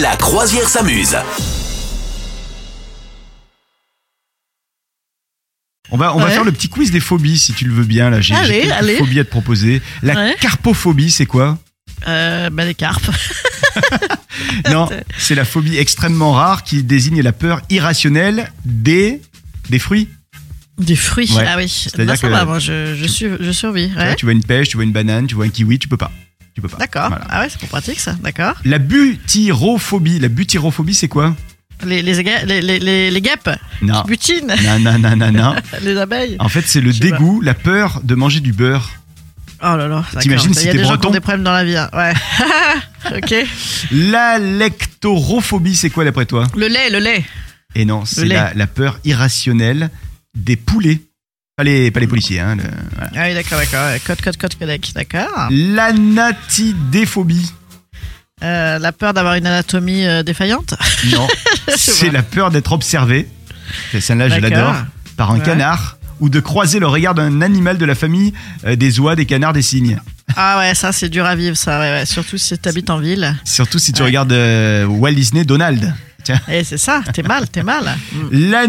La croisière s'amuse. On va, on va Ouais. faire le petit quiz des phobies si tu le veux bien. Là, j'ai Allez, j'ai quelques allez. phobies à te proposer. La Ouais. carpophobie, c'est quoi Euh, bah, les carpes. Non, c'est la phobie extrêmement rare qui désigne la peur irrationnelle des des fruits. Des fruits. Ouais. Ah oui. C'est-à-dire Bah, ça que va, moi, je, je, suis, je survis. Tu, vois, Ouais. tu vois une pêche, tu vois une banane, tu vois un kiwi, tu peux pas. Tu peux pas. D'accord. Voilà. Ah ouais, c'est pour pratique, ça. D'accord. La butyrophobie. La butyrophobie, c'est quoi Les, les, aga- les, les, les, les guêpes Non. qui butinent Non, non, non, non, non. les abeilles. En fait, c'est le Je sais pas. dégoût, la peur de manger du beurre. Oh là là. T'imagines d'accord. si Il y a t'es des gens qui breton ont des problèmes dans la vie. hein. Ouais. ok. La lectorophobie, c'est quoi d'après toi Le lait, le lait. Et non, c'est lait. la, la peur irrationnelle des poulets. Pas les, Mmh. pas les policiers. Hein, le- voilà. Ah oui, d'accord, d'accord. ouais. Code, code, code, codec. D'accord. L'anatidéphobie. Euh, la peur d'avoir une anatomie euh, défaillante. Non, sais c'est pas. la peur d'être observé. C'est Celle-là, je D'accord. l'adore. Par un Ouais. canard ou de croiser le regard d'un animal de la famille euh, des oies, des canards, des cygnes. Ah ouais, ça, c'est dur à vivre, ça. Ouais, ouais. Surtout si t'habites en ville. Surtout si tu Ouais. regardes euh, Walt Disney, Donald. Tiens. Et c'est ça. T'es mal, t'es mal.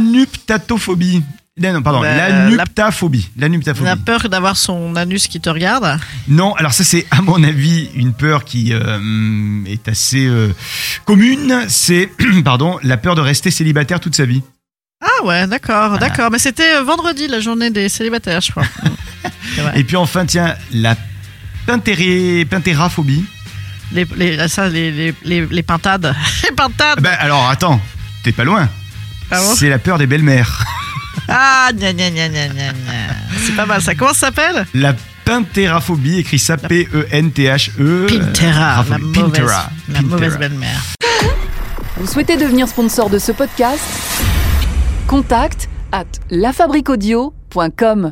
L'anuptatophobie. Eh Non, non, pardon, Bah, l'anuptaphobie. L'anuptaphobie. La peur d'avoir son anus qui te regarde. Non, alors ça c'est à mon avis une peur qui euh, hum, est assez euh, commune, c'est pardon, la peur de rester célibataire toute sa vie. Ah ouais, d'accord, d'accord. Mais c'était euh, vendredi, la journée des célibataires, je crois. C'est vrai. Et puis enfin tiens, la pintéré- pintéraphobie. les, les, ah, ça, les, les, les, les pintades. Les Ah pintades Ben alors attends, t'es pas loin. Ah bon c'est la peur des belles-mères. Ah, gna gna gna gna gna gna. C'est pas mal ça. Comment ça s'appelle La pintéraphobie, écrit ça P E N T H E. Pintera, la raphobie. mauvaise, Pintera, la mauvaise Pintera. belle-mère. Vous souhaitez devenir sponsor de ce podcast Contact à lafabriquaudio.com.